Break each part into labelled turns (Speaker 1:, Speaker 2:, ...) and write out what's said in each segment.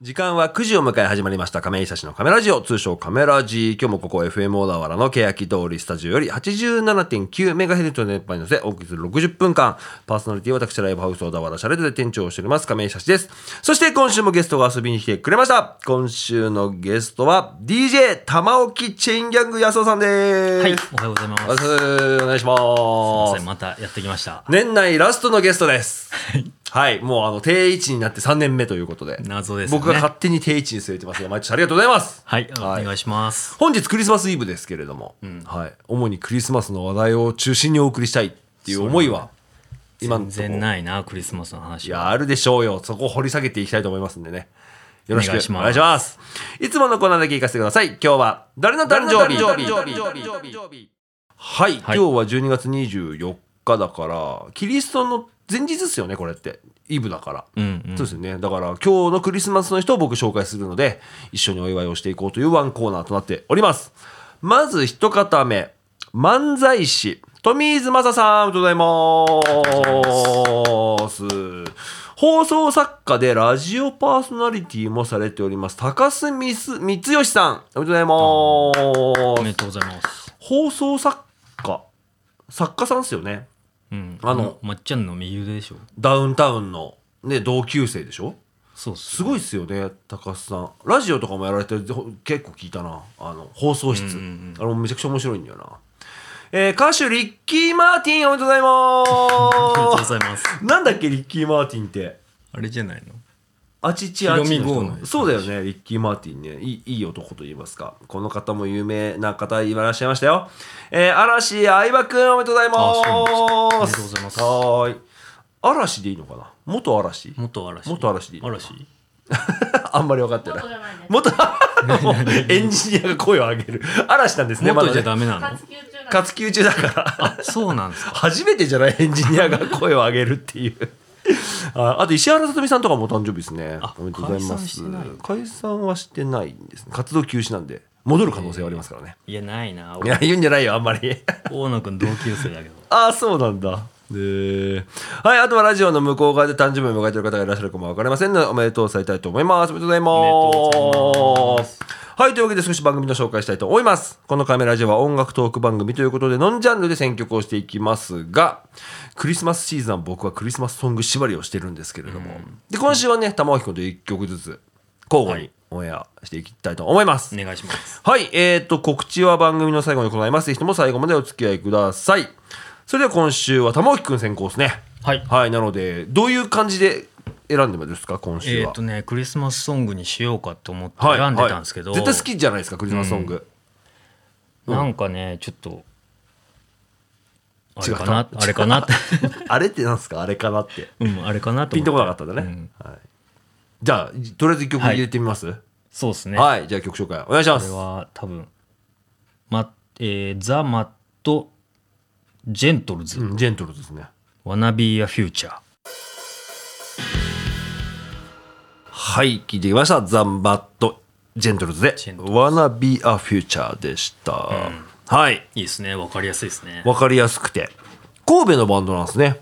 Speaker 1: 時間は9時を迎え始まりました亀井久志のカメラジオ通称カメラジ今日もここ FM 小田原の欅通りスタジオより 87.9MHz の電波に乗せお送りする60分間パーソナリティは私ライブハウス小田原シャレで店長をしております亀井久志ですそして今週もゲストが遊びに来てくれました今週のゲストは DJ 玉置チェーンギャング安尾さんです
Speaker 2: はい、おはようございます。
Speaker 1: お願いします
Speaker 2: いませんまたやってきました。
Speaker 1: 年内ラストのゲストです。はい、もうあの定位置になって3年目ということで、
Speaker 2: 謎ですね
Speaker 1: 僕が勝手に定位置に据えてますが、毎年ありがとうございます。
Speaker 2: はい、お願い
Speaker 1: し
Speaker 2: します。
Speaker 1: 本日クリスマスイブですけれども、はい、主にクリスマスの話題を中心にお送りしたいっていう思いは、今の
Speaker 2: 全
Speaker 1: ところ
Speaker 2: 然ないな、クリスマスの話。
Speaker 1: いや、あるでしょうよ。そこを掘り下げていきたいと思いますんでね。よろしくお願
Speaker 2: お願
Speaker 1: い
Speaker 2: い
Speaker 1: し
Speaker 2: し
Speaker 1: ます。
Speaker 2: ます
Speaker 1: いつものコーナーだけ行かせてください。今日は、誰の誕生日はい、今
Speaker 2: は
Speaker 1: 日
Speaker 2: い
Speaker 1: は12月24日だから、キリストの前日ですよね、これって。イブだから。
Speaker 2: うん、うん。
Speaker 1: そうですよね。だから今日のクリスマスの人を僕紹介するので、一緒にお祝いをしていこうというワンコーナーとなっております。まず一方目、漫才師、富水正さん、おめでとうございます。放送作家でラジオパーソナリティもされております、高須みす光義さん、おめでとうござ
Speaker 2: お
Speaker 1: いま。
Speaker 2: めですとうございます。
Speaker 1: 放送作家、作家さんですよね。
Speaker 2: うん。
Speaker 1: あの
Speaker 2: まっちゃんの右腕でしょ。
Speaker 1: ダウンタウンの、ね、同級生でしょ
Speaker 2: そうっす。
Speaker 1: すごいですよね高須さんラジオとかもやられてるほ結構聞いたなあの放送室、
Speaker 2: うんうん
Speaker 1: あれもめちゃくちゃ面白いんだよな、えー、歌手リッキー・マーティンおめでとうござい
Speaker 2: おめでとう
Speaker 1: ま
Speaker 2: ございます。
Speaker 1: すなんだっけリッキー・マーティンって
Speaker 2: あれじゃないの
Speaker 1: あちちあち
Speaker 2: ヒロ
Speaker 1: 人
Speaker 2: ミ号のやつ
Speaker 1: そうだよねリッキー・マーティンねいいいい男と言いますかこの方も有名な方いらっしゃいましたよ、えー、嵐相葉君おめでとうございます
Speaker 2: あそうなんですねおめでとうございます
Speaker 1: はーい嵐でいいのかな元嵐
Speaker 2: 元嵐。
Speaker 1: 元嵐でいいの
Speaker 2: 嵐
Speaker 1: あんまり分かってない
Speaker 3: 元じゃないで
Speaker 1: 元
Speaker 3: す。
Speaker 1: もう エンジニアが声を上げる嵐なんですねまだ
Speaker 2: 元じゃ
Speaker 1: ね
Speaker 2: ダメなの
Speaker 3: 活休中なんです
Speaker 1: 活休中だから
Speaker 2: あ、そうなんですか。
Speaker 1: 初めてじゃないエンジニアが声を上げるっていうああと石原さとみさんとかもお誕生日ですね
Speaker 2: あ
Speaker 1: おめでとうございます
Speaker 2: 解散してない
Speaker 1: 解散はしてないんですね活動休止なんで戻る可能性はありますからね
Speaker 2: いや、ないな。
Speaker 1: いや言うんじゃないよあんまり
Speaker 2: 大野くん同級生 だけど。
Speaker 1: ああ、そうなんだ。ねえはい、あとはラジオの向こう側で誕生日を迎えている方がいらっしゃるかもわかりませんので、おめでとうされたいと思います。おめでとうござい
Speaker 2: おめでとうござ
Speaker 1: ま
Speaker 2: いますす。
Speaker 1: はい、というわけで少し番組の紹介したいと思います。このカメラジオは音楽トーク番組ということで、ノンジャンルで選曲をしていきますが、クリスマスシーズンは僕はクリスマスソング縛りをしてるんですけれども、で、今週はね、玉置君と1曲ずつ交互にオンエアしていきたいと思います
Speaker 2: お。願いします。
Speaker 1: はい、えー、と、告知は番組の最後に行います。ぜひとも最後までお付き合いください。それでは今週は玉置くん先行ですね。
Speaker 2: はい。
Speaker 1: はい、なので、どういう感じで選んでますか、今週
Speaker 2: え
Speaker 1: は。
Speaker 2: っとね、クリスマスソングにしようかと思って
Speaker 1: はい、
Speaker 2: 選んでたんですけど。
Speaker 1: はい絶対好きじゃないですか、クリスマスソング。
Speaker 2: なんかね、ちょっと、あれ
Speaker 1: 違
Speaker 2: か
Speaker 1: っ
Speaker 2: な、あれ かなって、
Speaker 1: あれってなんですか、あれかなって。
Speaker 2: うん、あれかなと
Speaker 1: ピンと
Speaker 2: 思っ
Speaker 1: こ
Speaker 2: て。
Speaker 1: なかったんだね。はい、じゃあ、とりあえず一曲入れてみます、はい、
Speaker 2: そうですね。
Speaker 1: じゃあ曲紹介お願いしま
Speaker 2: これ
Speaker 1: す。
Speaker 2: は多分、ま、えーザ・マット・ジェントルズ、
Speaker 1: うん、ジェントルズですね。
Speaker 2: ワナビー・ア・フューチャー。
Speaker 1: はい、聞いてきました。ザンバットジェントルズで
Speaker 2: ジェン、トルズ
Speaker 1: Wanna be a future でした。はい。
Speaker 2: いいですね、わかりやすいですね。
Speaker 1: わかりやすくて。神戸のバンドなんですね。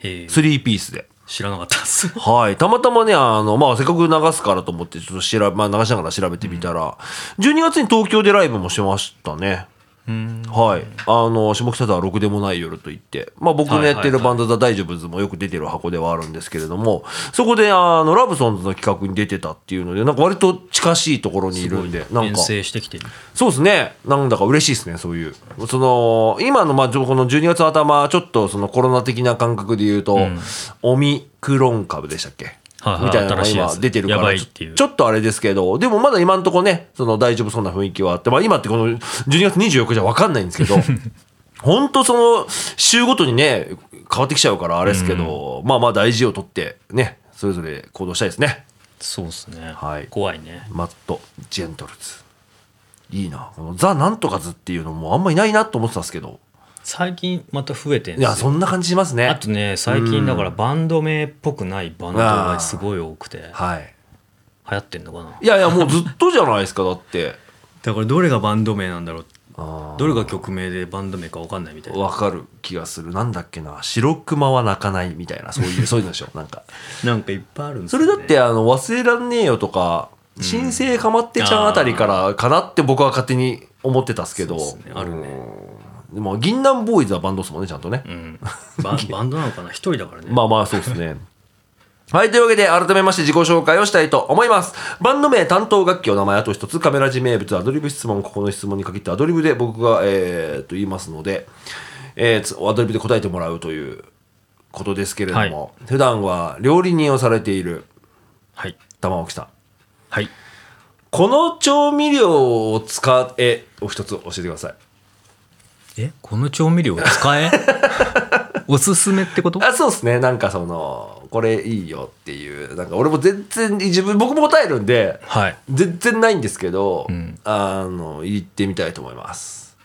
Speaker 2: えー
Speaker 1: スリーピースで。
Speaker 2: 知らなかったです。
Speaker 1: はい。たまたまね、あの、まあ、せっかく流すからと思って、ちょっと調べ、まあ、流しながら調べてみたら、12月に東京でライブもしましたね。はい。あの、下北沢はろくでもない夜といって、まあ、僕のやってるバンド、ザ・大丈夫ズもよく出てる箱ではあるんですけれども、そこで、あの、ラブソンズの企画に出てたっていうので、なんか割と近しいところにいるんで、なん
Speaker 2: 遠
Speaker 1: か。
Speaker 2: 征してきてる。
Speaker 1: そうですね。なんだか嬉しいですね、そういう。その、今の、まあ、じょこの12月頭、ちょっとそのコロナ的な感覚で言うと、オミクロン株でしたっけ、
Speaker 2: はいはい
Speaker 1: みたいなのが
Speaker 2: 新しいや
Speaker 1: 今
Speaker 2: つ
Speaker 1: 出てるか
Speaker 2: やば
Speaker 1: ら
Speaker 2: いっ
Speaker 1: ちょ
Speaker 2: ていう
Speaker 1: ちょっとあれですけど、でもまだ今んとこね、その大丈夫そうな雰囲気はあって、まあ今ってこの12月24日じゃわかんないんですけ ど、本当その週ごとにね、変わってきちゃうからあれですけど、まあまあ大事をとってね、それぞれ行動したいですね。
Speaker 2: そうですね、
Speaker 1: はい
Speaker 2: 怖いね。
Speaker 1: マット・ジェントルズ。いいな。このザ・なんとかズっていうのもあんまいないなと思ってたんですけど。
Speaker 2: 最近また増えてん
Speaker 1: い
Speaker 2: で
Speaker 1: や、
Speaker 2: すよ。
Speaker 1: そんな感じしますね。
Speaker 2: あとね、最近だからバンド名っぽくないバンドがすごい多くて、流
Speaker 1: はい。
Speaker 2: 行ってんのかな。
Speaker 1: いやいや、もうずっとじゃないですか、だって。
Speaker 2: だからどれがバンド名なんだろう
Speaker 1: あ
Speaker 2: どれが曲名でバンド名か分かんないみたい
Speaker 1: ー
Speaker 2: な
Speaker 1: わかる気がするなんだっけな白熊は泣かないみたいなそういうそういうので しょなんか
Speaker 2: なんかいっぱいあるんです
Speaker 1: そ
Speaker 2: よね
Speaker 1: れだってあの忘れらんねえよとか新生かまってちゃんあたりからかなって僕は勝手に思ってたっすけど
Speaker 2: そうっすねあるね
Speaker 1: うんでも銀杏ボーイズはバンドっすもんねちゃんとね、
Speaker 2: うんバ ンバンドなのかな一人だからね
Speaker 1: まあまあそうですねはい。というわけで、改めまして自己紹介をしたいと思います。バンド名、担当楽器、お名前、あと一つ、カメラ字名物、アドリブ質問、ここの質問に限ってアドリブで僕が、えー、と言いますので、えーつアドリブで答えてもらうということですけれども、普段は料理人をされている
Speaker 2: はい
Speaker 1: 玉置さん。
Speaker 2: はい
Speaker 1: この調味料を使えを一つ教えてください
Speaker 2: えこの調味料使 えおすすめってこと
Speaker 1: あそうですねなんかそのこれいいよっていうなんか俺も全然自分僕も答えるんで
Speaker 2: はい
Speaker 1: 全然ないんですけど、
Speaker 2: うん
Speaker 1: あの行ってみたいと思います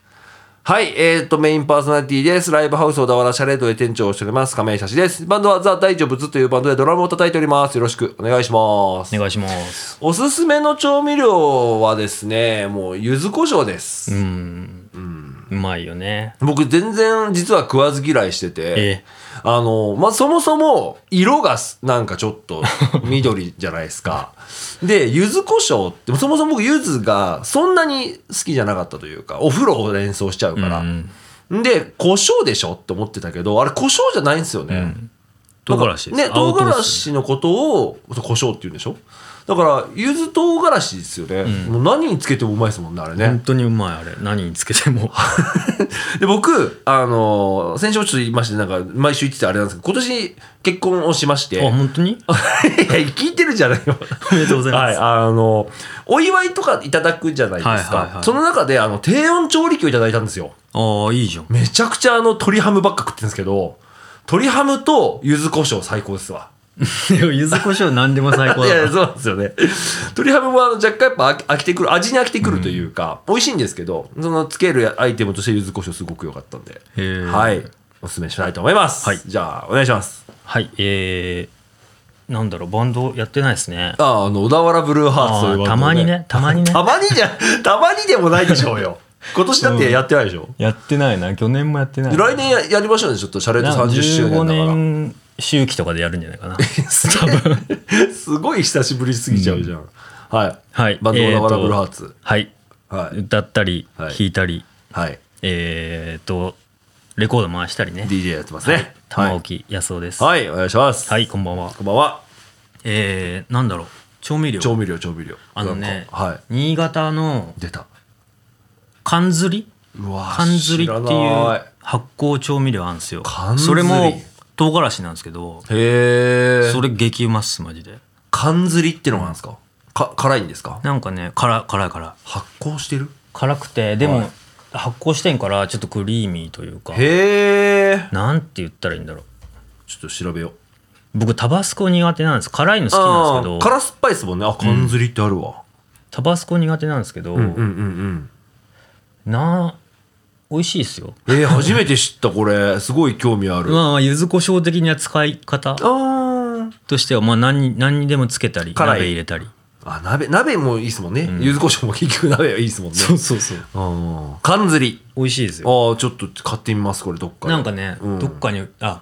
Speaker 1: はいえー、とメインパーソナリティですライブハウス小田原シャレートで店長をしております亀井写真ですバンドはザ・大丈夫ズというバンドでドラムを叩いておりますよろしくお願いします
Speaker 2: お願いします
Speaker 1: おすすめの調味料はですねもう柚子胡椒です、
Speaker 2: うんうまいよね
Speaker 1: 僕全然実は食わず嫌いしてて
Speaker 2: ええ、
Speaker 1: あの、まあ、そもそも色がすなんかちょっ と緑じゃないですか。で、柚子胡椒って、そもそも僕柚子がそんなに好きじゃなかったというか、お風呂を連想しちゃうから。
Speaker 2: うん
Speaker 1: で、胡椒でしょって思ってたけど、あれ胡椒じゃないんですよね。
Speaker 2: ん唐辛子です
Speaker 1: なんかね、唐
Speaker 2: 青
Speaker 1: 辛
Speaker 2: 唐
Speaker 1: 子のことを胡椒って言うんでしょだから、柚子唐辛子ですよね。もう何につけてもうまいですもんね、あれね。
Speaker 2: 本当にうまいあれ何につけて も
Speaker 1: で僕、あのー先週もちょっと言いまして、なんか、毎週言ってたあれなんですけど、今年結婚をしま して、い
Speaker 2: あ
Speaker 1: や、
Speaker 2: 本当に
Speaker 1: 聞いてるじゃないよ。
Speaker 2: おめでとうございま
Speaker 1: はい、
Speaker 2: す、
Speaker 1: あのお祝いとかいただくじゃないですか。
Speaker 2: はいはいはい
Speaker 1: その中で、あの、低温調理器をいただいたんですよ。
Speaker 2: ああいいじゃん
Speaker 1: めちゃくちゃあの、鶏ハムばっか食ってるんですけど、鶏ハムと柚子胡椒最高ですわ。
Speaker 2: でも 柚子胡椒何でも最
Speaker 1: い
Speaker 2: 高だ
Speaker 1: やいや
Speaker 2: な
Speaker 1: そうなんですよね。鶏ハムはあの若干やっぱ飽き飽きてくる、味に飽きてくるというか、美味しいんですけど、そのつけるアイテムとして柚子胡椒すごく良かったんで、
Speaker 2: へー
Speaker 1: はい、おすすめしたいと思います。
Speaker 2: はい
Speaker 1: じゃあ、お願いします。
Speaker 2: はいえー、なんだろうバンドやってないですね
Speaker 1: ああの、小田原ブルーハーツという
Speaker 2: あー
Speaker 1: バ
Speaker 2: た
Speaker 1: ンド
Speaker 2: ま
Speaker 1: で
Speaker 2: に。ねたまに ね
Speaker 1: たまにじゃ、 たまにでもないでしょう よ。今年だってやってないでしょ。
Speaker 2: やってないな去年もやってな
Speaker 1: で来年ややりましょうね、ちょっとシャレート
Speaker 2: なんか
Speaker 1: 30周
Speaker 2: 15
Speaker 1: 年だから。
Speaker 2: 年周期とかでやるんじゃな いかな
Speaker 1: すごい久しぶりすぎちゃうじゃん。はい。
Speaker 2: はい
Speaker 1: バンド小田原ブルーハー
Speaker 2: えー
Speaker 1: ツ
Speaker 2: と。はい
Speaker 1: はい。
Speaker 2: 歌ったり
Speaker 1: は
Speaker 2: 弾
Speaker 1: い
Speaker 2: いたり、
Speaker 1: はい。
Speaker 2: えっ、とレコード回したりね
Speaker 1: DJ やってますね。
Speaker 2: 玉置康夫ですはい、
Speaker 1: はい、お願いします。
Speaker 2: こんばんは
Speaker 1: こんばんは。
Speaker 2: えー、なんだろう調味料
Speaker 1: 調味料、調味料。
Speaker 2: あのね、
Speaker 1: なんかは
Speaker 2: 新潟の
Speaker 1: い。出た。
Speaker 2: 缶ずり
Speaker 1: うわ
Speaker 2: 缶ずりって
Speaker 1: 知
Speaker 2: い
Speaker 1: らな
Speaker 2: う発酵調味料あるんですよ
Speaker 1: 缶ずり
Speaker 2: それも唐辛子なんですけど
Speaker 1: いへえ。
Speaker 2: それ激うまっすマジで
Speaker 1: 缶ずりってのがなんですかか辛いんですか
Speaker 2: なんかね辛辛い辛い
Speaker 1: 発酵してる
Speaker 2: 辛くてでも、
Speaker 1: はい
Speaker 2: 発酵してんからちょっとクリーミーというか
Speaker 1: へえ。
Speaker 2: なんて言ったらいいんだろう
Speaker 1: ちょっと調べよう。
Speaker 2: 僕タバスコ苦手なんです辛いの好きなんです
Speaker 1: あー
Speaker 2: けど
Speaker 1: 辛酸っぱいですもんね。あ、缶ずりってあるわ。
Speaker 2: タバスコ苦手なんですけど、
Speaker 1: うんうん
Speaker 2: な美味しいですよ
Speaker 1: うん。えー、初めて知ったこれ。すごい興味ある。あ
Speaker 2: まあ柚子胡椒的な使い方
Speaker 1: ー
Speaker 2: としてはまあ何に何にでもつけたり
Speaker 1: 辛い
Speaker 2: 鍋入れたり
Speaker 1: あ、鍋、鍋もいいですもんね。柚子胡椒も結局鍋はいいですもんね。
Speaker 2: うそうそう
Speaker 1: あー缶ずり。
Speaker 2: 美味しいです
Speaker 1: あ
Speaker 2: よ
Speaker 1: あ、ちょっと買ってみます、これどっかで
Speaker 2: なんかね、
Speaker 1: うん
Speaker 2: どっかにあ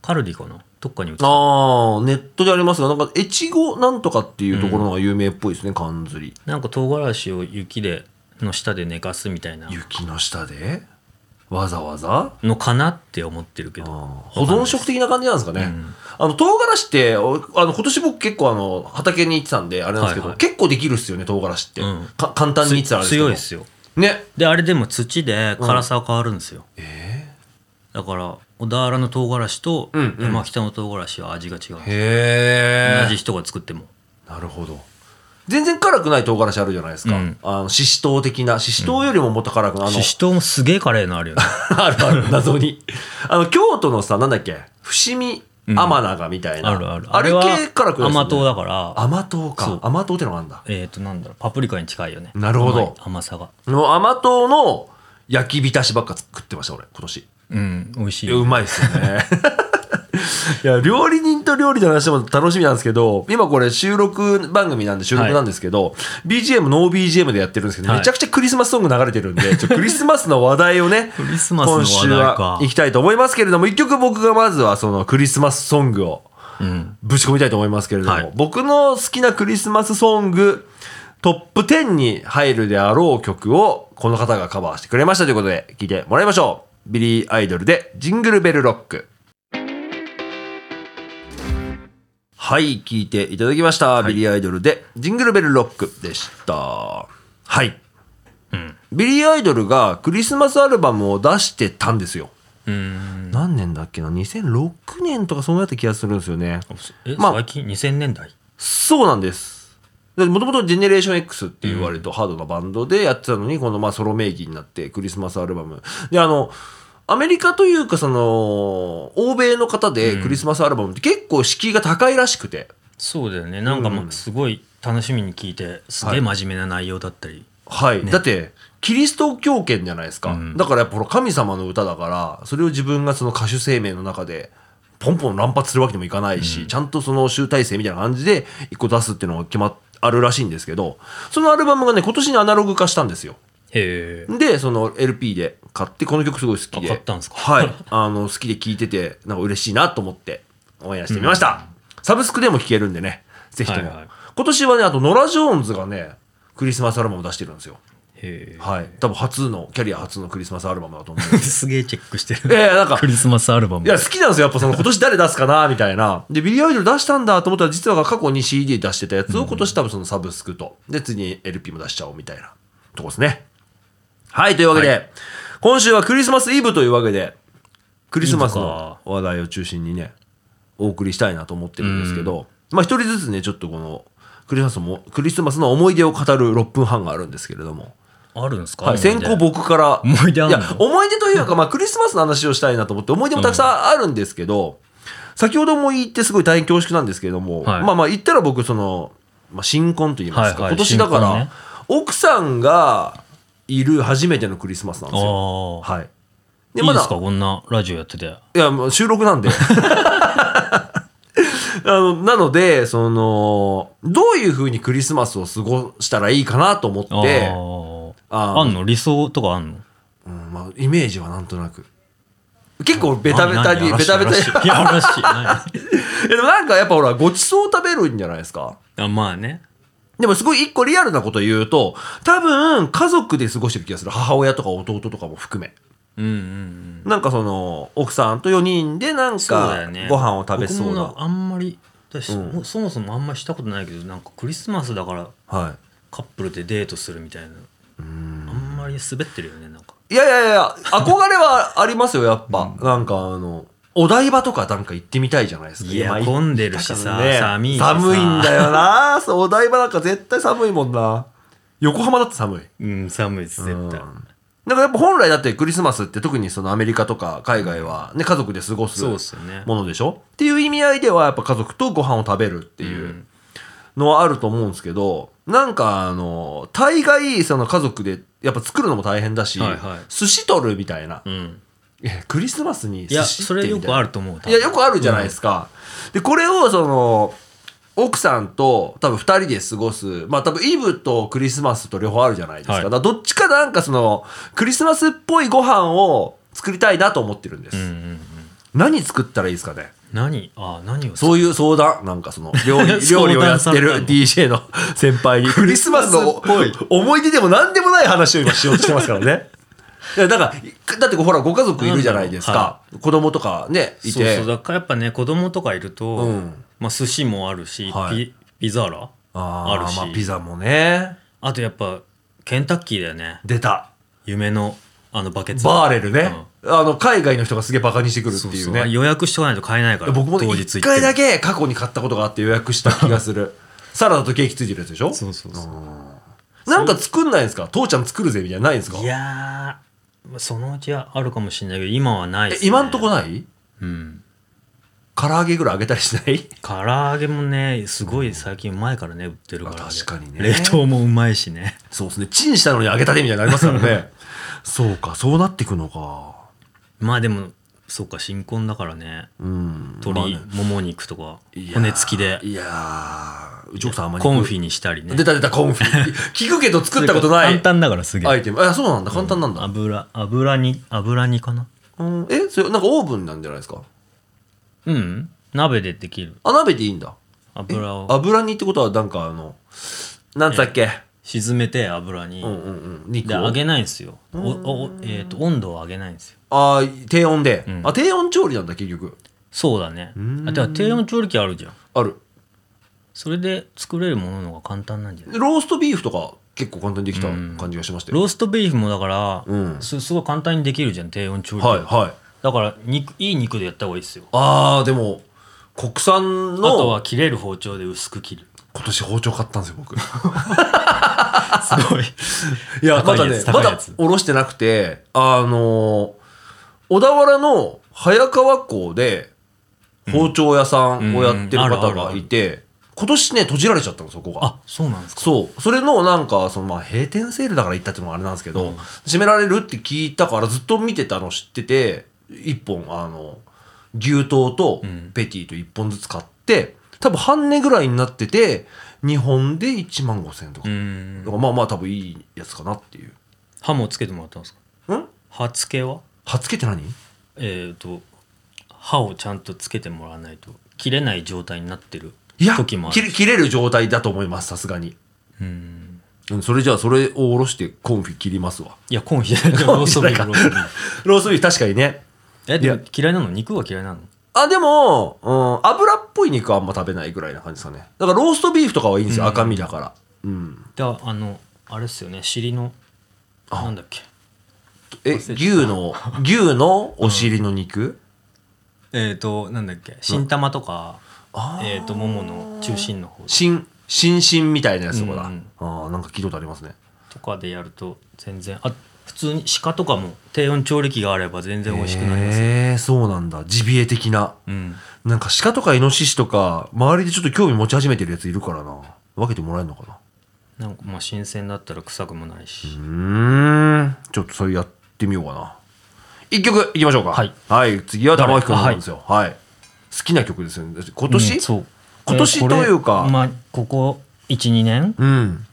Speaker 2: カルディかなどっかに売ってた
Speaker 1: ああ、ネットでありますが、なんか、越後なんとかっていうところのが有名っぽいですね、缶ずり。
Speaker 2: なんか唐辛子を雪での下で寝かすみたいな
Speaker 1: 雪の下でわざわざ
Speaker 2: のかなって思ってるけ
Speaker 1: あー
Speaker 2: ど
Speaker 1: 保存食的な感じなんですかね。あの、唐辛子って、おあの、今年僕結構あの、畑に行ってたんで、あれなんですけど、
Speaker 2: はいはい
Speaker 1: 結構できるっすよね、唐辛子って。
Speaker 2: うん
Speaker 1: か簡単に言ってたらあれですけど
Speaker 2: 強いですよ
Speaker 1: ね。
Speaker 2: であれでも土で辛さは変わるんですよ、だから小田原の唐辛子と
Speaker 1: うんうん
Speaker 2: 山北の唐辛子は味が違う、
Speaker 1: へ
Speaker 2: 同じ
Speaker 1: え。
Speaker 2: 人が作っても
Speaker 1: なるほど。全然辛くない唐辛子あるじゃないですか。
Speaker 2: うん
Speaker 1: あの、シシトウ的な。シシトウよりももっと辛くない。あの
Speaker 2: ししとうもすげえ辛いのある よね
Speaker 1: あるある、謎に。あの、京都のさ、なんだっけ、伏見
Speaker 2: うん
Speaker 1: 甘長みたいな。
Speaker 2: あるある
Speaker 1: あれ系辛くない
Speaker 2: 甘党
Speaker 1: だ。
Speaker 2: だから
Speaker 1: 甘党
Speaker 2: そ
Speaker 1: か
Speaker 2: う。
Speaker 1: 甘党ってのがあるんだ。
Speaker 2: えっ、となんだろうパプリカに近いよね
Speaker 1: なるほど
Speaker 2: 甘い甘さが
Speaker 1: もう甘党の焼き浸しばっか食ってました、俺、今年。
Speaker 2: うん美味し
Speaker 1: い
Speaker 2: い
Speaker 1: やうまいっすよね。 いや料理人と料理の話も楽しみなんですけど今これ収録番組なんで収録なんですけど、BGM ノー BGM でやってるんですけど、
Speaker 2: はい
Speaker 1: めちゃくちゃクリスマスソング流れてるん でちょクリスマスの話題をね
Speaker 2: リスマスの話題か
Speaker 1: 今週は行きたいと思いますけれども一曲僕がまずはそのクリスマスソングを
Speaker 2: うん。
Speaker 1: ぶち込みたいと思いますけれども、
Speaker 2: はい
Speaker 1: 僕の好きなクリスマスソングトップ10に入るであろう曲をこの方がカバーしてくれましたということで聞いてもらいましょうビリー・アイドルで「ジングルベルロック」はい聞いていただきました、ビリー・アイドルで「ジングルベルロック」でしたはい
Speaker 2: うん。
Speaker 1: ビリー・アイドルがクリスマスアルバムを出してたんですよ
Speaker 2: うん。
Speaker 1: 何年だっけな2006年とかそうやった気がするんですよね
Speaker 2: え、
Speaker 1: まあ
Speaker 2: 最近2000年代
Speaker 1: そうなんです。もともとジェネレーション x って言われるとハードなバンドでやってたのに、このまあソロ名義になってクリスマスアルバム。で、あの、アメリカというかその、欧米の方でクリスマスアルバムって結構敷居が高いらしくて。
Speaker 2: そうだよね。なんかまあすごい楽しみに聞いて、すげえ真面目な内容だったり。
Speaker 1: はい。だって、キリスト教圏じゃないですか。
Speaker 2: うん
Speaker 1: だからやっぱほら神様の歌だから、それを自分がその歌手生命の中で、ポンポン乱発するわけにもいかないし、ちゃんとその集大成みたいな感じで一個出すっていうのが決まっあるらしいんですけど、そのアルバムがね、今年にアナログ化したんですよ。
Speaker 2: へえ。
Speaker 1: でその LP で買ってこの曲すごい好きで
Speaker 2: あ買ったんですか
Speaker 1: はいあの好きで聴いててなんか嬉しいなと思って応援してみました、サブスクでも聴けるんでねぜひとも、
Speaker 2: はいはい
Speaker 1: 今年はねあとノラ・ジョーンズがねクリスマスアルバムを出してるんですよ
Speaker 2: へ
Speaker 1: はい多分初のキャリア初のクリスマスアルバムだと思う
Speaker 2: え。 すげえチェック して
Speaker 1: え
Speaker 2: る。
Speaker 1: えなんか
Speaker 2: クリスマスアルバム。
Speaker 1: いや、好きなんですよ。やっぱその今年誰出すかな、みたいな。で、ビリーアイドル出したんだと思ったら、実は過去に CD 出してたやつを今年多分そのサブスクと、で、次に LP も出しちゃおうみたいなとこですね。はい、というわけで、今週はクリスマスイブというわけで、クリスマスの話題を中心にね、お送りしたいなと思ってるんですけど、まあ一人ずつね、ちょっとこの、クリスマスも、クリスマスの思い出を語る6分半があるんですけれども、
Speaker 2: あるんですか
Speaker 1: はい、先行。僕から
Speaker 2: 思い出あんの
Speaker 1: や思い出というか、まあ、クリスマスの話をしたいなと思って思い出もたくさんあるんですけど、先ほども言ってすごい大変恐縮なんですけれども、
Speaker 2: はい
Speaker 1: まあまあ言ったら僕その、まあ、新婚と言いますか、
Speaker 2: はい
Speaker 1: 今
Speaker 2: はい
Speaker 1: 年だか
Speaker 2: 新
Speaker 1: ら、
Speaker 2: 婚ね
Speaker 1: 奥さんがいる初めてのクリスマスなんですよ。
Speaker 2: ああ。
Speaker 1: はい、
Speaker 2: い
Speaker 1: で
Speaker 2: い
Speaker 1: ま
Speaker 2: で
Speaker 1: だ
Speaker 2: すかこんなラジオやってて。
Speaker 1: いや、もう収録 なんで。あのなので、その、どういうふうにクリスマスを過ごしたらいいかなと思って、
Speaker 2: あ
Speaker 1: あ
Speaker 2: あ。あんの理想とかあんの
Speaker 1: うんまあ、イメージはなんとなく結構ベタベタに
Speaker 2: あ
Speaker 1: ベタベタにい
Speaker 2: いやらしいやらし
Speaker 1: や
Speaker 2: い。
Speaker 1: でもなんかやっぱほらごちそう食べるんじゃないですか
Speaker 2: 何あまあね。
Speaker 1: でもすごい一個リアルなこと言うと多分家族で過ごしてる気がする母親とか弟とかも含め
Speaker 2: うんうんうん。
Speaker 1: なんかその奥さんと4人でなん
Speaker 2: そうだ
Speaker 1: か
Speaker 2: よね。
Speaker 1: ご飯を食べそ
Speaker 2: 僕
Speaker 1: う
Speaker 2: も
Speaker 1: な、
Speaker 2: なあんまり、私
Speaker 1: うん
Speaker 2: もそもそもあんまりしたことないけど、なんかクリスマスだから
Speaker 1: は
Speaker 2: カップルでデートするみたいな。あんまり滑ってるよね、なんか。
Speaker 1: い、いやいやいや憧れはありますよやっぱ、なんかあのお台場とかなんか行ってみたいじゃないですか
Speaker 2: いや、
Speaker 1: 今
Speaker 2: 混んでるしさ、
Speaker 1: ね
Speaker 2: 寒いしさ
Speaker 1: 寒いんだ。よなそうお台場なんか絶対寒いもんな横浜だって寒い
Speaker 2: うん、寒いです、絶対。
Speaker 1: うんだからやっぱ本来だってクリスマスって特にそのアメリカとか海外はね家族で過ごす
Speaker 2: そうっすよね。
Speaker 1: ものでしょっていう意味合いではやっぱ家族とご飯を食べるって
Speaker 2: う
Speaker 1: いうんのはあると思うんですけどなんかあの大概その家族でやっぱ作るのも大変だし、
Speaker 2: はいはい
Speaker 1: 寿司取るみたいな、
Speaker 2: うん。
Speaker 1: いやクリスマスに
Speaker 2: い
Speaker 1: 寿
Speaker 2: や、
Speaker 1: 司っ
Speaker 2: そ
Speaker 1: てみたい
Speaker 2: れ
Speaker 1: な
Speaker 2: よくあると思う。多分
Speaker 1: いやよくあるじゃないですか、でこれをその奥さんと多分2人で過ごすまあ多分イブとクリスマスと両方あるじゃないですか,、
Speaker 2: はい
Speaker 1: だからどっちかなんかそのクリスマスっぽいご飯を作りたいなと思ってるんです、
Speaker 2: うんうんうん。
Speaker 1: 何作ったらいいですかね
Speaker 2: 何あ、何を
Speaker 1: そういう相談なんかそ の料理
Speaker 2: 相
Speaker 1: 料理
Speaker 2: 談
Speaker 1: をやって
Speaker 2: された
Speaker 1: る
Speaker 2: の
Speaker 1: DJ の 先輩にクリスマスの
Speaker 2: クリスマスっ
Speaker 1: 思い出でも何でもない話を今しようとしてますから ねいやだからだってほらご家族いるじゃないですか、子供とかねいて
Speaker 2: そうそうだからやっぱね子供とかいると、
Speaker 1: うん
Speaker 2: まあ、寿司もあるし、
Speaker 1: はい
Speaker 2: ピピザーラあ
Speaker 1: あー
Speaker 2: るし、
Speaker 1: ま
Speaker 2: あ
Speaker 1: あ、ピザもね
Speaker 2: とやっぱケンタッキーだよね
Speaker 1: 出た
Speaker 2: 夢のあのバケツ
Speaker 1: バーレルね、あの海外の人がすげえバカにしてくるって
Speaker 2: そ
Speaker 1: いううね
Speaker 2: そう予約しとかないと買えないから
Speaker 1: 僕もね
Speaker 2: 当日行
Speaker 1: 一
Speaker 2: って
Speaker 1: 回だけ過去に買ったことがあって予約した気がするサラダとケーキついてるやつでしょ
Speaker 2: そうそうそう
Speaker 1: なんか作んないんですか父ちゃん作るぜみたいなのないんですか
Speaker 2: いやーまあそのうちはあるかもしれないけど今はない
Speaker 1: え
Speaker 2: です、ね、
Speaker 1: 今んとこない
Speaker 2: うん
Speaker 1: 唐揚げぐらい揚げたりしない
Speaker 2: 唐揚げもねすごい最近うまいからね売ってるから、
Speaker 1: まあ確かにね
Speaker 2: 冷凍もうまいしね
Speaker 1: そうですねチン したのに揚げたてみたいになりますからねそうかそうなってくのか
Speaker 2: まあでもそうか新婚だからね
Speaker 1: うん
Speaker 2: 鶏もも肉とか
Speaker 1: いやー
Speaker 2: 骨付きで
Speaker 1: いやー、うち奥さんあんまり。
Speaker 2: コンフィにしたりね
Speaker 1: 出た出た、コンフィ。聞くけど作ったことな
Speaker 2: 簡
Speaker 1: い
Speaker 2: 単だからすげ
Speaker 1: ア
Speaker 2: え
Speaker 1: イテム。あ、そうなんだ、簡単なんだ。
Speaker 2: 油油に油にかな
Speaker 1: うんえ、それ、なんかオーブンなんじゃないですか。
Speaker 2: うん鍋でできる
Speaker 1: あ、鍋でいいんだ。
Speaker 2: 油を
Speaker 1: 油にってことは、なんかあの、なんつったっけ
Speaker 2: 沈めて油に、
Speaker 1: うんうんうん。肉
Speaker 2: で
Speaker 1: を。
Speaker 2: 揚げないんですよおおえー、と温度を上げないんですよ
Speaker 1: あー低温で、
Speaker 2: ん
Speaker 1: あ、低温調理なんだ、結局。
Speaker 2: そうだね
Speaker 1: ん
Speaker 2: あてか低温調理器あるじゃん
Speaker 1: ある。
Speaker 2: それで作れるものの方が簡単なんじゃない
Speaker 1: ローストビーフとか、結構簡単にできた感じがしましたよ。
Speaker 2: ローストビーフもだから、
Speaker 1: うん
Speaker 2: すすごい簡単にできるじゃん低温調理器、
Speaker 1: はい、はい。
Speaker 2: だから肉いい肉でやった方がいいですよ
Speaker 1: あー、でも、国産
Speaker 2: あと
Speaker 1: の、
Speaker 2: は切れる包丁で薄く切る
Speaker 1: 今年包丁買ったんですよ、僕。
Speaker 2: すごい
Speaker 1: いや、ま
Speaker 2: 高い
Speaker 1: だ
Speaker 2: やつ
Speaker 1: ね、
Speaker 2: 高
Speaker 1: ま
Speaker 2: いや
Speaker 1: だ
Speaker 2: つ
Speaker 1: 下ろしてなくて、あのー小田原の早川港で包丁屋さんをやってる
Speaker 2: うんうん
Speaker 1: 方
Speaker 2: あるある
Speaker 1: が
Speaker 2: ある
Speaker 1: いて、今年ね、閉じられちゃったの、そこが。
Speaker 2: あそうなんですか
Speaker 1: そう。それのなんか、そのまあ閉店セールだから行ったっていうのもあれなんですけど、閉められるって聞いたからずっと見てたの知ってて、一本、あの、牛刀と
Speaker 2: うん
Speaker 1: ペティと一本ずつ買って、多分半値ぐらいになってて、2本で1万5千円とか
Speaker 2: う。ん
Speaker 1: だからまあまあ多分いいやつかなっていう。
Speaker 2: 歯もつけてもらったんですか
Speaker 1: ん
Speaker 2: 歯付けは
Speaker 1: はつけって何
Speaker 2: えっ、と歯をちゃんとつけてもらわないと切れない状態になってる
Speaker 1: いや
Speaker 2: 時もあ
Speaker 1: 切
Speaker 2: る
Speaker 1: れ、切れる状態だと思います、さすがに。
Speaker 2: うん
Speaker 1: うん、それじゃあ、それをおろしてコンフィ切ります わ。
Speaker 2: いやコンフィじゃないローストビーフローストビーフ
Speaker 1: ローストビーフ確かにね。
Speaker 2: え
Speaker 1: いや
Speaker 2: でも嫌いなの肉は嫌いなの
Speaker 1: あ、でも、うん、油っぽい肉はあんま食べないぐらいな感じですかね。だからローストビーフとかはいいんですよ、
Speaker 2: うん
Speaker 1: 赤身だから。うん。
Speaker 2: ではあのあれっすよね尻のなんだっけ
Speaker 1: え、
Speaker 2: 忘れ
Speaker 1: 牛の、牛のお尻の肉、
Speaker 2: えっ、となんだっけ新玉とか、
Speaker 1: あー
Speaker 2: えっ、とももの中心の方
Speaker 1: 新、新進みたいなやつとかだ。
Speaker 2: うん
Speaker 1: ああ、なんか聞いたことありますね。
Speaker 2: とかでやると全然あ普通に鹿とかも低温調理器があれば全然美味しくなりますよ、
Speaker 1: えー、そうなんだ。ジビエ的な。
Speaker 2: うん
Speaker 1: なんか鹿とかイノシシとか、周りでちょっと興味持ち始めてるやついるからな。分けてもらえるのかな。
Speaker 2: なんかまあ新鮮だったら臭くもないし、
Speaker 1: うーん。ちょっとそれやってみようかな。一曲いきましょうか。
Speaker 2: はい。
Speaker 1: 次は玉置くんなんですよ。はい。好きな曲ですよね。だって今年、
Speaker 2: うんそう
Speaker 1: 今年
Speaker 2: えーこれ
Speaker 1: というか
Speaker 2: まあここ12年
Speaker 1: うん。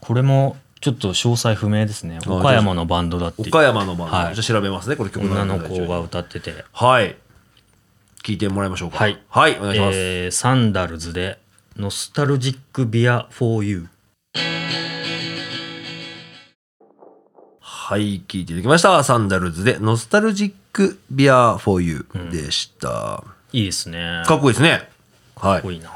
Speaker 2: これもちょっと詳細不明ですね
Speaker 1: あ
Speaker 2: 岡山のバンドだっていう
Speaker 1: 岡山のバンド。
Speaker 2: はい
Speaker 1: じゃあ調べますね、これ曲
Speaker 2: 女の
Speaker 1: 内容
Speaker 2: 子が。歌ってて
Speaker 1: はい。聞いてもらいましょうか。
Speaker 2: はい
Speaker 1: はい、お願いします。
Speaker 2: えーサンダルズで「ノスタルジック・ビア・フォー・ユー」
Speaker 1: はい、聞いていただきました。サンダルズで、ノスタルジックビアフォーユーでした。
Speaker 2: いいですね
Speaker 1: か
Speaker 2: かっ
Speaker 1: っこいいですね。はい。
Speaker 2: こいいな